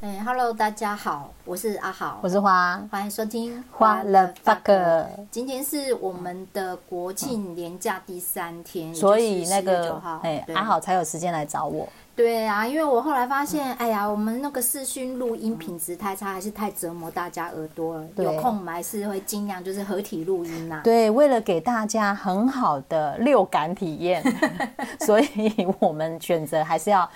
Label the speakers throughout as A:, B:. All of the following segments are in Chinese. A: 哎，Hello，大家好，我是阿好，
B: 我是花。
A: 欢迎收听
B: 花了 fuck
A: 今天是我们的国庆连假第三天，
B: 所以
A: 也就是
B: 那
A: 10月9
B: 个
A: 号
B: 哎，
A: 对
B: 阿好才有时间来找我。
A: 对啊，因为我后来发
B: 嗯
A: 现，哎呀，我们那个视讯录音品质太差，还是太折磨大家耳朵了。
B: 对
A: 有空我们还是会尽量就是合体录音啊呐、
B: 对，为了给大家很好的六感体 验，所以我们选择还是要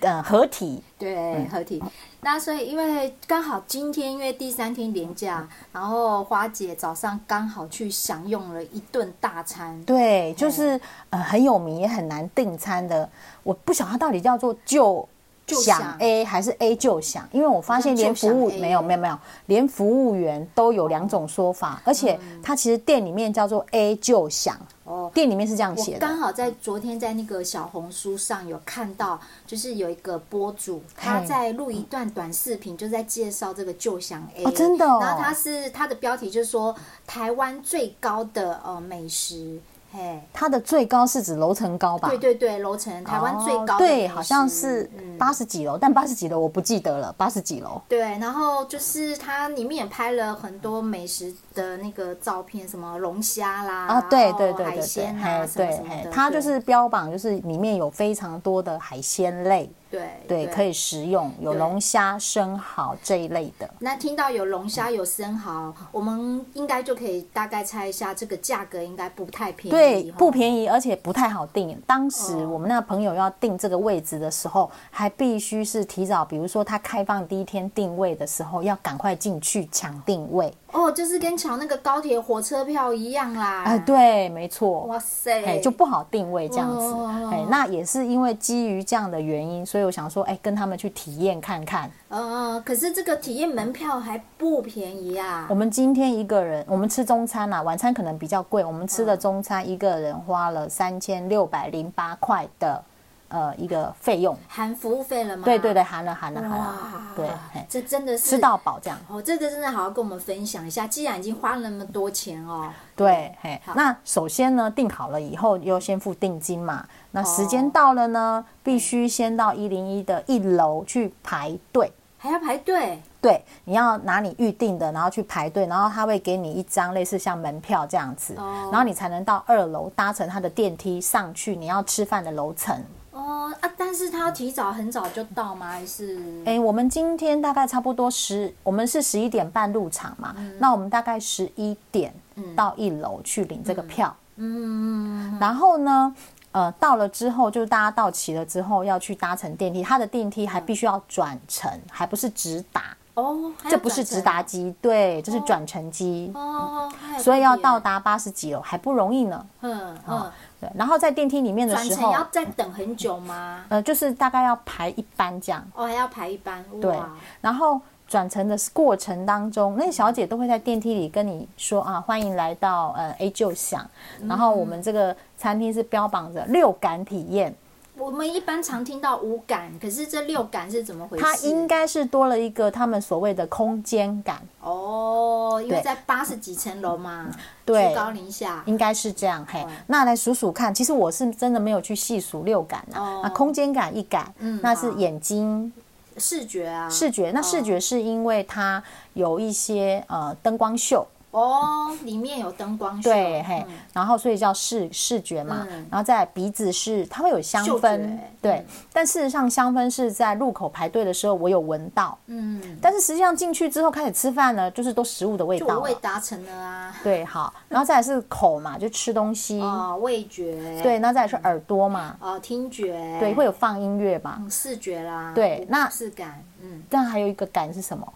B: 呃合体。嗯
A: 对，合体。那所以，因为刚好今天因为第三天连假，然后花姐早上刚好去享用了一顿大餐。
B: 对，就是呃很有名也很难订餐的，我不晓得它到底叫做就
A: 就
B: 享
A: 享
B: A 还是 A 就享，因为我发现
A: 好像
B: 连
A: 就
B: 服
A: 享
B: 务
A: A
B: 没有没有没有，连服务员都有两种说法，而且它其实店里面叫做 A 就享，
A: 哦，
B: 店里面是这样
A: 我
B: 写
A: 刚
B: 的。
A: 好在昨天在那个小红书上有看到，就是有一个博主，他在录一段短视频，就在介绍这个旧享 A，、
B: 哦真的哦
A: 然后他是他的标题就是说台湾最高的呃美食，嘿，
B: 它的最高是指楼层高吧？
A: 对对对，楼层台湾最高的、
B: 哦对，好像是
A: 嗯
B: 八十几楼，但八十几楼我不记得了，八十几楼。
A: 对，然后就是它里面也拍了很多美食的那个照片，什么龙虾啦，
B: 啊，对
A: 然后
B: 对对
A: 哦海
B: 对对，
A: 鲜啊
B: 嘿
A: 什么
B: 对
A: 什么
B: 嘿
A: 的，
B: 它就是标榜就是里面有非常多的海鲜类，
A: 对
B: 对，可以食用，有
A: 对
B: 龙虾、生蚝这一类的。
A: 那听到有龙虾、有生蚝，我们应该就可以大概猜一下，这个价格应该不太便宜。哦
B: 对，不
A: 宜。
B: 便宜，而且不太好订。当时我们那朋友要订这个位置的时候，还必须是提早，比如说他开放第一天定位的时候，要赶快进去抢定位。
A: 哦，就是跟抢那个高铁火车票一样啦。
B: 啊，。对，没错。
A: 哇
B: 哎，
A: 塞，
B: 就不好定位这样子
A: 哦。
B: 哎，那也是因为基于这样的原因，所以我想说，哎，跟他们去体验看看。
A: 呃，可是这个体验门票还不便宜啊
B: 我。们今天一个人，我们吃中餐啦，晚餐可能比较贵，我们吃的中餐一个人花了三千六百零八块的呃一个费用。
A: 含服务费了吗？
B: 对对对，。含了含了含
A: 哇
B: 了，，对，嘿
A: 这真的是
B: 吃到饱这样。
A: 哦，这个真的好好跟我们分享一下。既然已经花了那么多钱哦，
B: 对，嘿
A: 好，
B: 那首先呢，定好了以后，优先付定金嘛。那时
A: 哦
B: 间到了呢，
A: 嗯
B: 必须先到一零一的一楼去排队。
A: 还要排队，
B: 对，你要拿你预定的，然后去排队，然后他会给你一张类似像门票这样子，
A: 哦
B: 然后你才能到二楼搭乘他的电梯上去你要吃饭的楼层。
A: 哦啊，但是他要提早很早就到吗？还是？
B: 哎，我们今天大概差不多十，我们是十一点半入场嘛，
A: 嗯
B: 那我们大概十一点到一楼去领这个票，
A: 嗯，
B: 然后呢？呃，到了之后，就是大家到齐了之后要去搭乘电梯，它的电梯还必须要转乘，还不是直达，
A: 哦，还要
B: 这不
A: 转
B: 是
A: 乘
B: 直达机，对，这是转乘机。
A: 哦，还有
B: 所以
A: 地
B: 要
A: 铁
B: 到，达八十几楼还不容易呢。
A: 嗯嗯
B: 哦，对，然后在电梯里面的
A: 转
B: 时
A: 乘
B: 候，
A: 要再等很久吗？
B: 呃，就是大概要排一班这样。
A: 哦，还要排一班，哇
B: 对，然后转乘的过程当中，那个小姐都会在电梯里跟你说啊，欢迎来到呃 A 就享。
A: 嗯
B: 然后我们这个餐厅是标榜着六感体验，
A: 我们一般常听到五感，可是这六感是怎么回事？
B: 它应该是多了一个他们所谓的空间感，
A: 哦，因为
B: 对
A: 在八十几层楼嘛，
B: 对
A: 居高临下，
B: 应该是这样嘿。那来数数看，其实我是真的没有去细数六感
A: 哦
B: 啊，那空间感一感，
A: 嗯
B: 那是
A: 好
B: 眼睛。
A: 视觉啊，
B: 视觉，那视觉是因为它有一些呃灯光秀，
A: 哦，里面有灯光秀，
B: 对嘿
A: 嗯，
B: 然后所以叫视视觉嘛
A: 嗯，
B: 然后再来鼻子是它会有香
A: 嗅
B: 氛
A: 觉，嗯
B: 对，但事实上香氛是在路口排队的时候我有闻到，
A: 嗯，
B: 但是实际上进去之后开始吃饭呢，就是都食物的味
A: 就我
B: 道
A: 味
B: 了，
A: 达成了啊，
B: 对，好，然后再来是口嘛，就吃东西，
A: 哦，味觉，
B: 嗯对，，那再来是耳朵嘛，
A: 哦，听觉，
B: 对，会有放音乐嘛，
A: 嗯视觉啦，
B: 对
A: 五
B: 那
A: 视感，嗯
B: 但还有一个感是什么？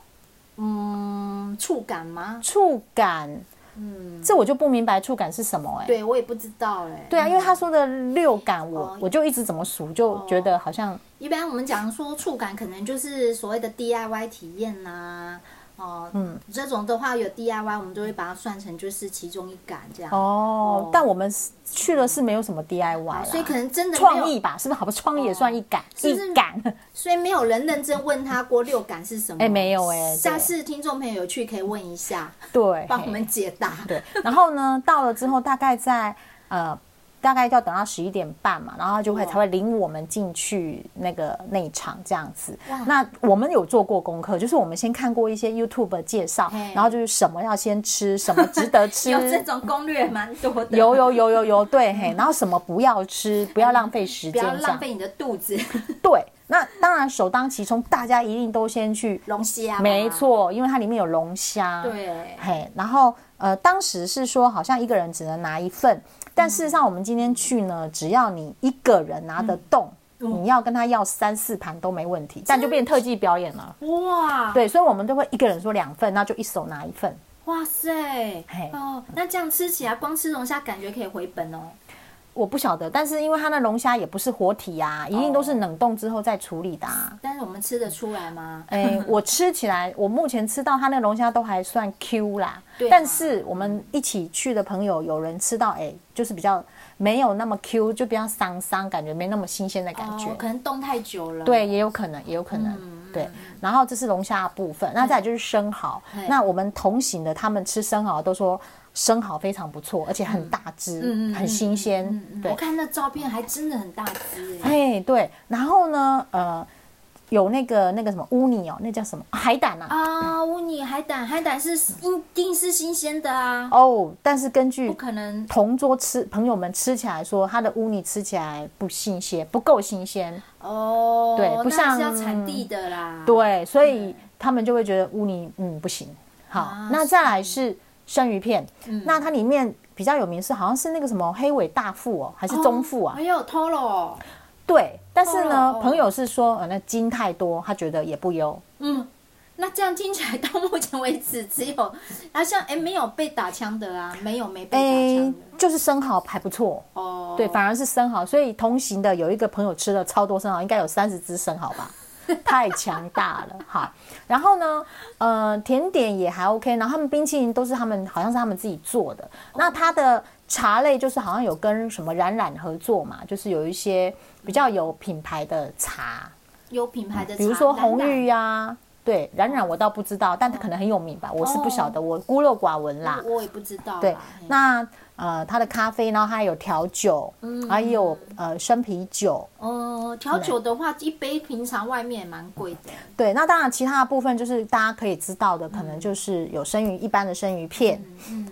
A: 嗯，触感吗？
B: 触感，
A: 嗯，
B: 这我就不明白触感是什么哎、
A: 对我也不知道哎、
B: 对啊，因为他说的六感我，我、
A: 哦
B: 就一直怎么数，就觉得好像
A: 一般我们讲说触感，可能就是所谓的 DIY 体验啦、哦，嗯，这种的话有 DIY，我们就会把它算成就是其中一感这样。
B: 哦，但我们是去了是没有什么 DIY 啦，
A: 哦所以可能真的没有
B: 创意，吧，是不是？好吧，创意也算一感，
A: 是不是
B: 一感
A: 所以没有人认真问他过六感是什么。
B: 哎没有哎对
A: 下次听众朋友有去可以问一下，
B: 对，
A: 帮我们解答。
B: 对。然后呢，到了之后大概在呃大概要等到十一点半嘛，然后他就会才会领我们进去那个内场这样子
A: 哇。
B: 那我们有做过功课，就是我们先看过一些 YouTube 的介绍
A: 嘿，
B: 然后就是什么要先吃，什么值得 吃，
A: 有这种攻略蛮多的，
B: 嗯有有有有有，对嘿，然后什么不要吃，不要浪费 时
A: 嗯不
B: 间
A: 要
B: 这样
A: 浪。费你的肚子，
B: 对，那当然首当其冲，大家一定都先去
A: 龙虾嘛
B: 没，错，因为它里面有龙虾。。
A: 啊对，
B: 嘿，然后呃，当时是说好像一个人只能拿一份，
A: 嗯
B: 但事实上我们今天去呢，只要你一个人拿
A: 嗯
B: 得动，你要跟他要三四盘都没问题，但
A: 嗯
B: 就变特技表演了。
A: 哇，
B: 对，所以我们都会一个人说两份，那就一手拿一份。
A: 哇塞
B: 嘿，
A: 哦，那这样吃起来，光吃龙虾感觉可以回本哦。
B: 我不晓得，但是因为它那龙虾也不是活体啊，一定都
A: 哦
B: 是冷冻之后再处理的、啊。
A: 但是我们吃得出来吗？哦
B: 哎、 我吃起来，我目前吃到它那龙虾都还算 Q 啦。
A: 对啊
B: 但是我们一起去的朋友，有人吃到，哎、就是比较没有那么 Q，就比较桑桑，感觉没那么新鲜的感觉。
A: 哦，可能嗯冻太久了。
B: 对，，也有可能，也有可能。对，然后这是龙虾的部分，那再来就是生蚝
A: 嗯。
B: 那我们同行的他们吃生蚝都说生蚝非常不错，而且很大只，
A: 嗯嗯嗯嗯
B: 很新鲜。对
A: 我，看那照片还真的很大只哎，
B: 哎，对，然后呢，呃，有那个那个什么乌尼哦，那叫什么海胆啊？
A: 啊，乌尼海胆，海胆是一定是新鲜的啊，
B: 哦，但是根
A: 不
B: 据
A: 可能
B: 同桌吃朋友们吃起来说，它的乌尼吃起来不新鲜，不够新鲜，
A: 哦，
B: 对不
A: 那
B: 像
A: 是要产地的啦，，
B: 对，所以他们就会觉得乌尼嗯不行。好，
A: 啊
B: 那再来是生鱼片，那它里面比较有名是好像是那个什么黑尾大腹哦，还是中腹啊？
A: 还有 Toro，
B: 对，但是呢，
A: 哎哦
B: 朋友是说呃那筋太多，他觉得也不优。
A: 嗯。那这样听起来，到目前为止只有，好像哎没有被打枪的啊，没有没被打
B: 哎
A: 枪的，
B: 就是生蚝还不错，
A: 哦，
B: 对，反而是生蚝，所以同行的有一个朋友吃了超多生蚝，应该有三十只生蚝吧，太强大了。好，然后呢，呃，甜点也还 OK，然后他们冰淇淋都是他们好像是他们自己做的。那它的茶类就是好像有跟什么冉冉合作嘛，就是有一些比较有品牌的茶，
A: 有品牌的哦茶，
B: 嗯比如说红
A: 蓝
B: 玉呀、对，冉冉我倒不知道，但它可能很有名吧，我是不晓得，我孤陋寡闻啦
A: 蓝，。我我也不知道啦。
B: 啊对
A: 嘿，
B: 那呃，它的咖啡，然后它有调酒，
A: 嗯
B: 还有呃生啤酒，
A: 哦，调酒的话，一杯平常外面也蛮贵的。
B: 对。那当然，其他的部分就是大家可以知道的，可
A: 嗯
B: 能就是有生鱼一般的生鱼片，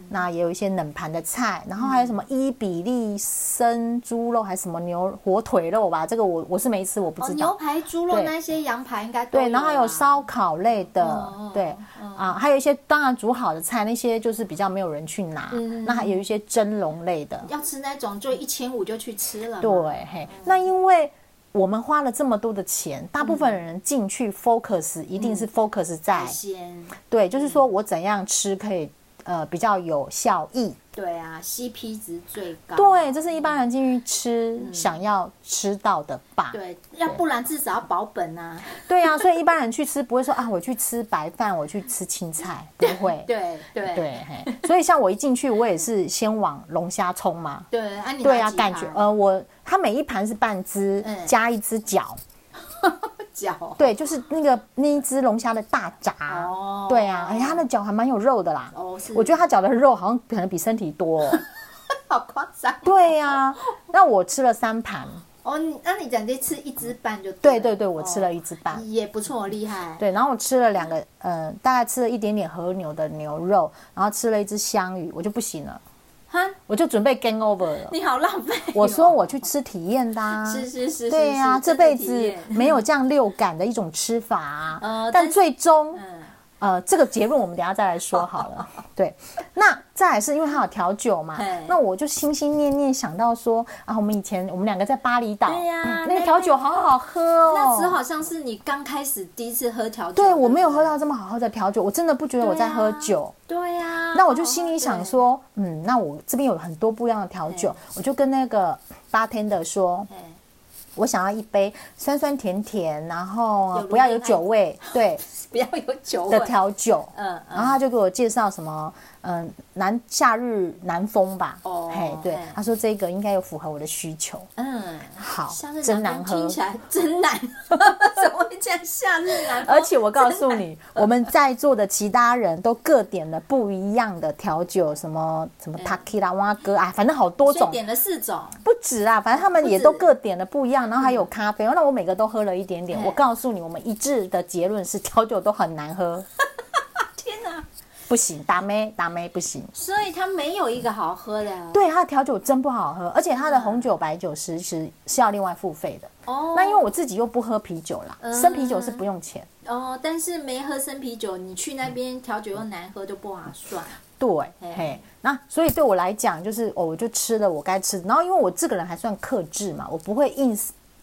B: 那也有一些冷盘的菜，然后
A: 嗯
B: 还有什么伊比利生猪肉，还是什么牛火腿肉吧，这个我我是没吃，我不
A: 哦，
B: 知
A: 牛
B: 道。
A: 排、猪肉
B: 对
A: 那些羊排应该都
B: 对，然后还有
A: 啦，
B: 烧烤类的
A: 哦，
B: 对啊，还有一些当然煮好的菜，那些就是比较没有人去拿
A: 嗯。
B: 那还有一些蒸笼类的，
A: 要吃那种就一千五就去吃了嘛。
B: 对，嘿，那因为我们花了这么多的钱，大部分的人进
A: 嗯
B: 去 focus 一定是 focus 在、
A: 海鲜，
B: 对，就是说我怎样吃可以呃比较有效益。
A: 对啊，CP 值最高。
B: 对，这是一般人进去吃、想要吃到的吧？
A: 嗯对，要不然至少要保本啊。
B: 对啊，所以一般人去吃不会说啊，我去吃白饭，我去吃青菜，不会。
A: 对对
B: 对，嘿，所以像我一进去，我也是先往龙虾冲嘛。
A: 对，啊你
B: 对
A: 拿
B: 啊，
A: 几
B: 感觉
A: 盘
B: 呃，我它每一盘是半只，
A: 嗯
B: 加一只脚，
A: 脚
B: 对，就是那个那一只龙虾的大闸。
A: 哦
B: 对啊，哎，它的脚还蛮有肉的啦。
A: 哦是，
B: 我觉得它脚的肉好像可能比身体多、 哦。
A: 好夸张
B: 对呀、那我吃了三盘。
A: 哦。你那你讲这吃一只半就
B: 对
A: 了
B: 对对，我吃了
A: 哦
B: 一只半。
A: 也不错，厉害。
B: 对，然后我吃了两个，呃，大概吃了一点点和牛的牛肉，然后吃了一只香鱼，我就不行了，
A: 哈，
B: 我就准备 game over 了。
A: 你好浪费哦。
B: 我说我去吃体验的、啊。
A: 是是是，
B: 对
A: 呀、
B: 呀、这辈
A: 真的
B: 子
A: 体验
B: 没有这样六感的一种吃法、啊
A: 呃但
B: 但
A: 是
B: 最终，
A: 嗯
B: 呃，这个结论我们等一下再来 说好了。对，那再来是因为它有调酒嘛
A: 嘿，
B: 那我就心心念念想到说啊，我们以前我们两个在巴厘岛，
A: 对呀
B: 嗯
A: 那
B: 那个调酒好好喝哦。
A: 那时好像是你刚开始第一次喝调酒，
B: 对我没有喝
A: 到。
B: 到这么好喝的调酒，我真的不觉得我在喝酒。
A: 对啊哦呀、
B: 那我就心里想说，嗯，那我这边有很多不一样的调酒，
A: 嗯
B: 我就跟那个 bartender 说，
A: 对，哎
B: 我想要一杯酸酸甜甜，然后啊
A: 有
B: 不要有
A: 柠檬
B: 酒味，对
A: 不要有酒味
B: 的。调酒。
A: 嗯
B: 然后他就给我介绍什么嗯南夏日南风吧，
A: 哦
B: 嘿，对
A: 嘿，
B: 他说这个应该有符合我的需求，
A: 嗯，
B: 好
A: 夏日，
B: 真
A: 南
B: 难
A: 风听
B: 喝。
A: 起来真难 喝，怎么会这样？夏日南风，
B: 而且我告
A: 哦
B: 诉你， 我们在座的其他人都各点了不一样的调酒，什么什么 t a k i l a 蛙哥啊，反正好多
A: 嗯所以
B: 种，
A: 点了四种，
B: 不止啊，反正他们也
A: 不止
B: 都各点了不一样，然后还有咖啡，那我每个都喝了一点点。
A: 嗯
B: 我告诉你，我们一致的结论是调酒都很难喝，
A: 天哪！
B: 不行，打妹打妹不行。
A: 所以它没有一个好喝的啊。
B: 对，它的调酒真不好喝，而且它的红酒、白酒其实是要另外付费的。
A: 哦，
B: 那因为我自己又不喝啤酒
A: 嗯
B: 啦，生啤酒是不用钱。
A: 哦，但是没喝生啤酒，你去那边调酒又难喝，就不划算。
B: 对，
A: 嘿
B: 嘿，那所以对我来讲，就是哦，我就吃了我该吃的，然后因为我这个人还算克制嘛，我不会硬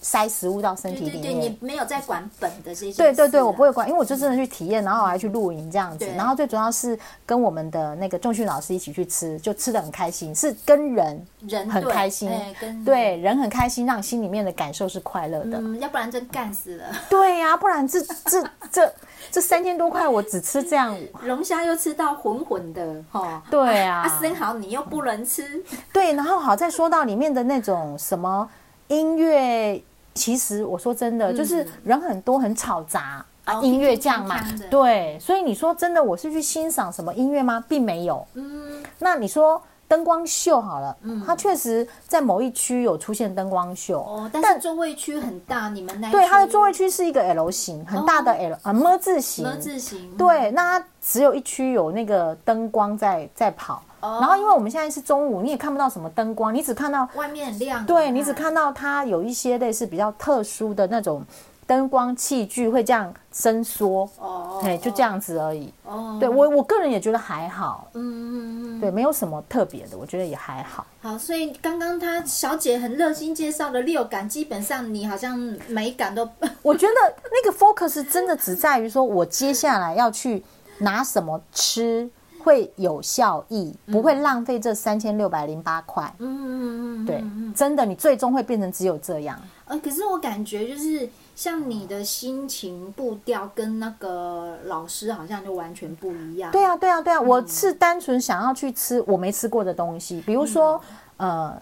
B: 塞食物到身
A: 对
B: 体
A: 对
B: 里面。
A: 对，你没有在管本的这些。
B: 对对对，我不。会管，因为我就真的去体验，然后我还去露营这样子，
A: 啊对
B: 然后最主要是跟我们的那个重训老师一起去吃，就吃的很开心，是跟人
A: 人
B: 很
A: 对
B: 开心
A: 哎跟，
B: 对人很开心，让心里面的感受是快乐的。
A: 嗯，要不然真干死了。
B: 对呀、不然这这这这三千多块，我只吃这样，
A: 龙虾又吃到混混的哈。
B: 对啊
A: 啊，生蚝你又不能吃，
B: 对，然后好再说到里面的那种什么音乐，其实我说真的，就是人很多，很吵杂。啊
A: 嗯哦，
B: 音乐这样嘛
A: 乒乒乓乓的，
B: 对，所以你说真的，我是去欣赏什么音乐吗？并没有，
A: 嗯，
B: 那你说灯光秀好了，它确实在某一区有出现灯光秀，
A: 哦，但是座位区很大，你们那
B: 对它的
A: 区
B: 座位区是一个 L 型，很大的 L 啊么字形，
A: 哦么字形，
B: 对，那它只有一区有那个灯光在在跑，
A: 哦
B: 然后因为我们现在是中午，你也看不到什么灯光，你只看到
A: 外面很亮，
B: 对你只看到它有一些类似比较特殊的那种灯光器具会这样伸缩，
A: 哦，
B: 对，就这样子而已。
A: 哦，
B: 对我我个人也觉得还好，
A: 嗯嗯嗯，
B: 对，没有什么特别的，我觉得也还好。
A: 好，所以刚刚她小姐很热心介绍的六感，基本上你好像每一感都 嗯
B: 我觉得那个 focus 真的只在于说，我接下来要去拿什么吃会有效益，不会浪费这三千六百零八块。
A: 嗯嗯嗯，
B: 对，真的，你最终会变成只有这样。
A: 呃，可是我感觉就是像你的心情步调跟那个老师好像就完全不一样。
B: 对啊，对啊，对啊，我是单纯想要去吃我没吃过的东西，比如说，呃。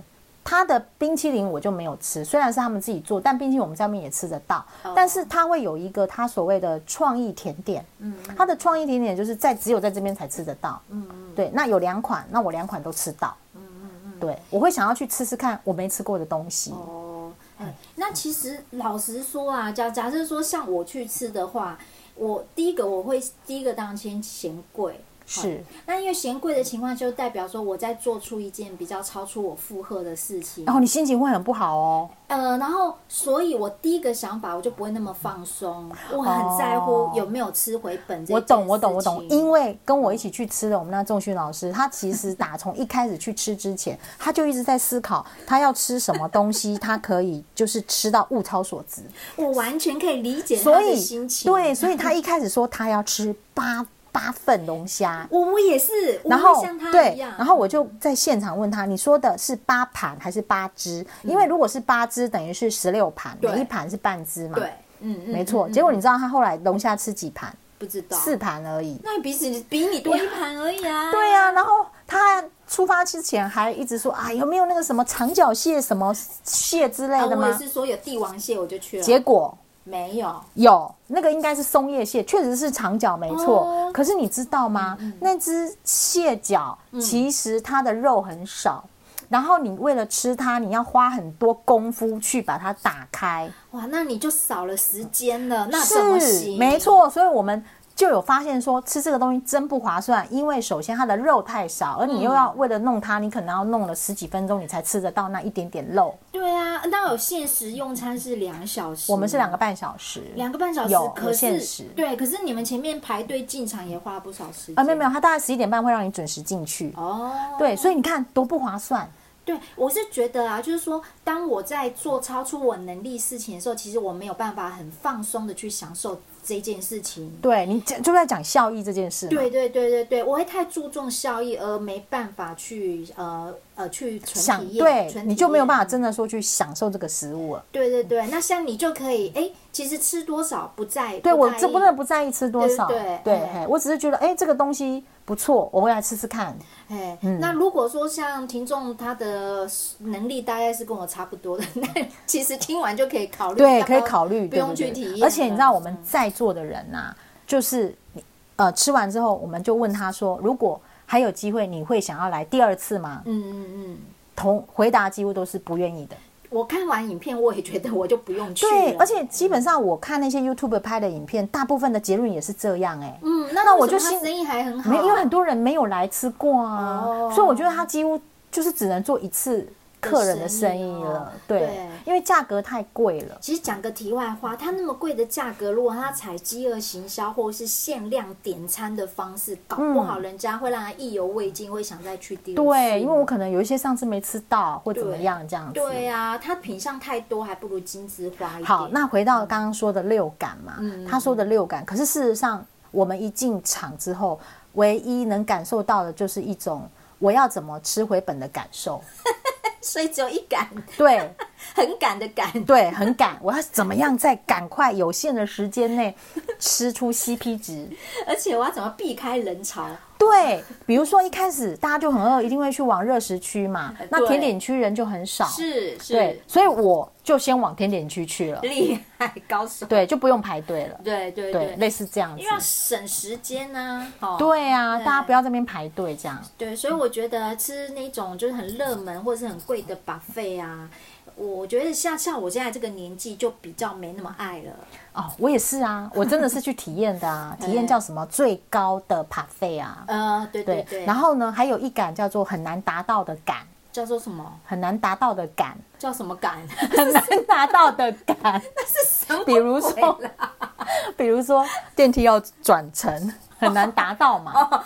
B: 他的冰淇淋我就没有吃，虽然是他们自己做，但冰淇淋我们在外面也吃得到。
A: 哦
B: 但是它会有一个它所谓的创意甜点，
A: 嗯，
B: 它的创意甜点就是在只有在这边才吃得到。嗯嗯，对，那有两款，那我两款都吃到。嗯嗯嗯，对，我会想要去吃吃看我没吃过的东西。
A: 哦，哎，那其实老实说啊，假假设说像我去吃的话，我第一个我会第一个当然先嫌贵。好
B: 是，
A: 那因为嫌贵的情况，就代表说我在做出一件比较超出我负荷的事情。
B: 然后你心情会很不好哦。
A: 呃，然后，所以我第一个想法，我就不会那么放松，我很在乎有没有吃回本这
B: 哦我懂，我懂，我
A: 件事
B: 懂。
A: 情
B: 因为跟我一起去吃的我们那仲勋老师，他其实打从一开始去吃之前，他就一直在思考他要吃什么东西，他可以就是吃到物超所值。
A: 我完全可以理解他
B: 所
A: 的
B: 以
A: 心情。
B: 对，，所以他一开始说他要吃八八份 龙虾。
A: 我我也是，我
B: 然
A: 会
B: 后
A: 像他
B: 对
A: 一样，，
B: 然后我就在现场问他，你说的是八盘还是八只？因为如果是八只，等于是十六盘，
A: 嗯对
B: 每一盘是半只嘛。
A: 对，，嗯嗯，
B: 没错。结果你知道他后来龙虾吃几盘？
A: 不知道
B: 四，盘而已。
A: 那彼此比你多一盘而已啊。
B: 对呀、然后他出发之前还一直说啊，有没有那个什么长脚蟹、什么蟹之类
A: 啊，
B: 的
A: 我也
B: 吗？
A: 是说有帝王蟹我就去了，
B: 结果
A: 没有，
B: 有，那个应该是松叶蟹，确实是长脚，没错。
A: 哦嗯
B: 可是你知道吗？那只蟹脚其实它的肉很少。然后你为了吃它，你要花很多功夫去把它打开，
A: 哇，那你就少了时间了，那怎么
B: 是
A: 行？
B: 没，错。所以我们就有发现说，吃这个东西真不划算，因为首先它的肉太少，而你又要为了弄它，你可能要弄了十几分钟，你才吃得到那一点点肉。
A: 对啊，那有限时用餐是两小时，
B: 我们是两个半小时，
A: 两个半小时
B: 有，
A: 可
B: 有
A: 是
B: 限时
A: 对，可是你们前面排队进场也花了不少时间
B: 啊，没有没有，它大概十一点半会让你准时进去。
A: 哦，
B: 对，所以你看多不划算。
A: 对，我是觉得啊，就是说，当我在做超出我能力事情的时候，其实我没有办法很放松的去享受这件事情。
B: 对你讲就在讲效益这件事嘛。
A: 对对对对对，我会太注重效益，而没办法去呃呃去纯
B: 想
A: 体验，
B: 对
A: 纯体
B: 你就没有
A: 验
B: 办法。真的说去享受这个食物了。
A: 对对对，那像你就可以，哎，其实吃多少不在，
B: 对我
A: 在
B: 这
A: 意
B: 不真的不在意吃多少，
A: 对对
B: 对
A: 嗯
B: 嘿我只是觉得哎，这个东西不不错，我会来吃吃看。
A: 哎，
B: 嗯
A: 那如果说像听众他的能力大概是跟我差不多的， 那其实听完就可以考虑，
B: 对，
A: 要
B: 可
A: 要
B: 以考虑，
A: 呃不用
B: 对
A: 去
B: 对
A: 体验。
B: 而且你知道我
A: 嗯
B: 们在座的人呐、就是你呃吃完之后，我们就问他说，如果还有机会，你会想要来第二次吗？
A: 嗯，嗯嗯
B: 同回答几乎都是不愿意的。
A: 嗯，我看完影片我也觉得我就不用去了。
B: 对，而且基
A: 嗯
B: 本上我看那些 YouTube 拍的影片，大部分的结论也是这样、哎、
A: 嗯，那
B: 那
A: 为
B: 我
A: 什么
B: 就
A: 他
B: 心
A: 生意还很好，啊
B: 没有，因为很多人没有来吃过啊，
A: 哦
B: 所以我觉得他几乎就是只能做一次客人的生意
A: 生意
B: 了
A: 哦。
B: 对，
A: 对
B: 因为价格太贵了。
A: 其实讲个题外话，它那么贵的价格，如果它采饥饿行销或是限量点餐的方式，搞不好人家会让他意犹未尽，会想再去第二次
B: 对，因为我可能有一些上次没吃到或怎么
A: 对
B: 样这样子。
A: 对呀、啊，它品相太多，还不如精致化一点。
B: 好，那回
A: 嗯
B: 到刚刚说的六感嘛，他说的六感，可是事实上，我们一进场之后，唯一能感受到的就是一种我要怎么吃回本的感受。
A: 所以只有一杆，
B: 对
A: 很赶的赶。
B: 对，很赶，我要怎么样在赶快有限的时间内吃出 CP 值？
A: 而且我要怎么避开人潮？
B: 对，比如说一开始大家就很饿，一定会去往热食区嘛，那
A: 对
B: 甜点区人就很少，
A: 是
B: 对
A: 是，，
B: 所以我就先往甜点区去了，
A: 厉害高手。
B: 对，就不用排队了，
A: 对对
B: 对，类似这样子
A: 因为。要省时间呢、哦，
B: 对啊，
A: 对
B: 大家不要这边排队这样。
A: 对，所以我觉得吃那种就是很热门或者是很贵的 buffet 啊，我觉得像像我现在这个年纪就比较没那么爱了。
B: 哦，我也是啊，我真的是去体验 的啊，体验叫什么最高的 p a f e 啊，
A: 呃，对
B: 对
A: 对，
B: 然后呢，还有一感叫做很难达到的感，
A: 叫做什么？
B: 很难达到的 感，
A: 叫什么感？
B: 很难达到的 感，比如说， 比如说电梯要转乘，很难达 到嘛。
A: 哦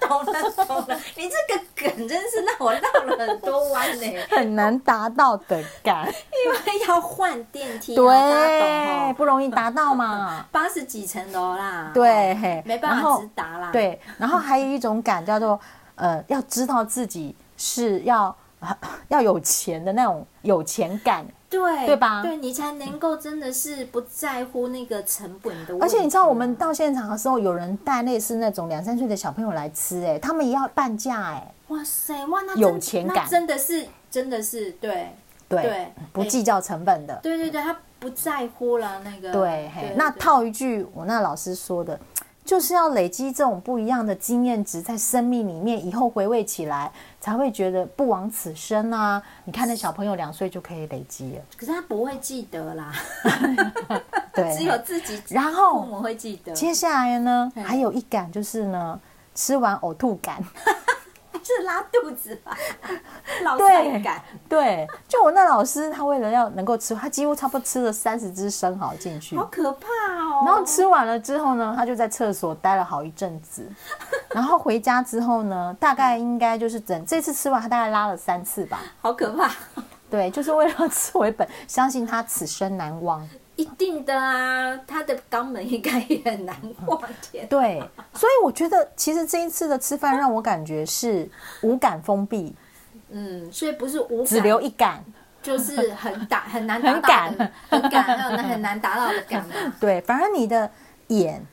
A: 懂了懂了，你这个梗真是让我绕了很多弯 呢、
B: 很难达到的 感，
A: 因为要换电梯、啊，大家懂
B: 对，
A: 哦，
B: 不容易达到嘛。
A: 八十几层楼啦，
B: 对
A: 哦没办
B: 然
A: 法
B: 后
A: 直达啦，，
B: 对，然后还有一种感叫做， 呃，要知道自己是要 要有钱的那种有钱感，
A: 对
B: 对吧
A: 对你才能够真的是不在乎那个成本的问题，
B: 而且你知道我们到现场的时候，有人带类似那种两三岁的小朋友来吃、哎，他们也要半价、哎，
A: 哇塞，哇，那真
B: 有钱感
A: 那真的是，真的是，对，
B: 对，
A: 对
B: 不计较成本的，
A: 对对对，他不在乎了那个，
B: 对，嘿，那
A: 对
B: 套一句我那老师说的。就是要累积这种不一样的经验值，在生命里面以后回味起来，才会觉得不枉此生啊！你看那小朋友两岁就可以累积 了，
A: 可是他不会记得啦，
B: 对，
A: 只有自己，
B: 然后
A: 父母会记得，
B: 接下来呢，
A: 嗯
B: 还有一感就是呢，吃完呕吐感。
A: 还是拉肚子吧，老菜感，
B: 对，就我那老师，他为了要能够吃，他几乎差不多吃了三十只生蚝进去
A: 好。可怕哦。
B: 然后吃完了之后呢，他就在厕所待了好一阵子。然后回家之后呢，大概应该就是整这次吃完，他大概拉了三次吧。
A: 好可怕，
B: 对，就是为了吃回本，相信他此生难忘。
A: 一定的啊，他的肛门应该也很难忘，天，
B: 对，所以我觉得其实这一次的吃饭让我感觉是五感封闭，
A: 嗯，所以不是无
B: 只
A: 感，
B: 留一感。
A: 就是很 打很难达到
B: 很
A: 的
B: 感，
A: 很感，还有很难达到的感啊。
B: 对，反而你的眼、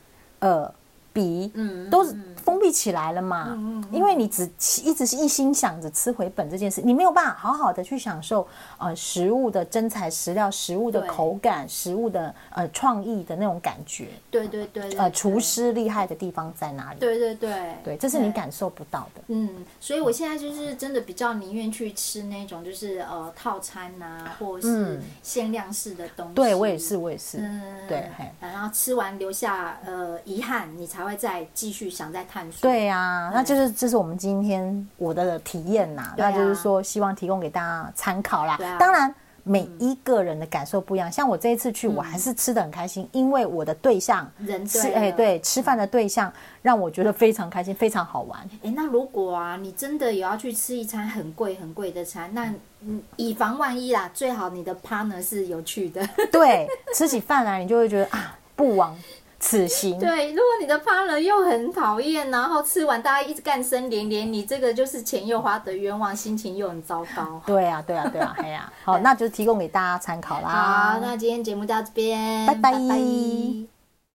B: 耳、鼻，
A: 嗯嗯
B: 都是封闭起来了嘛，
A: 嗯嗯
B: 因为你只一直是一心想着吃回本这件事，你没有办法好好的去享受呃食物的真材实料、食物的
A: 对
B: 口感、食物的呃创意的那种感觉。
A: 对对对，对
B: 呃，厨，师厉害的地方在哪里？
A: 对对对
B: 对，这是你。感受不到的。
A: 嗯，所以我现在就是真的比较宁愿去吃那种就是呃套餐呐、或者是
B: 嗯
A: 限量式的东西。
B: 对我也是，。我也是。
A: 嗯，
B: 对嘿
A: 然后吃完留下呃遗憾，你才会再继续想再探索。
B: 对呀、那就是这是我们今天我的体验呐、
A: 对啊
B: 那就是说希望提供给大家参考啦。
A: 对啊嗯
B: 当然。每一个人的感受不一样，像我这一次去，我还是吃的很开心，因为我的对象
A: 人嗯对啊
B: 吃，
A: 了
B: 哎，对，吃饭的对象让我觉得非常开心，非常好玩。
A: 哎，那如果啊，你真的也要去吃一餐很贵很贵的餐，那嗯以防万一啦，最好你的 partner 是有去的。
B: 对，吃起饭来你就会觉得啊，不枉此行。
A: 对，如果你的 partner 又很讨厌，然后吃完大家一直干声连连，你这个就是钱又花得冤枉，心情又很糟糕。
B: 对呀、对呀、对呀、哎呀、好，那就提供给大家参考啦。
A: 好，那今天节目到这边，
B: 拜拜
A: 拜拜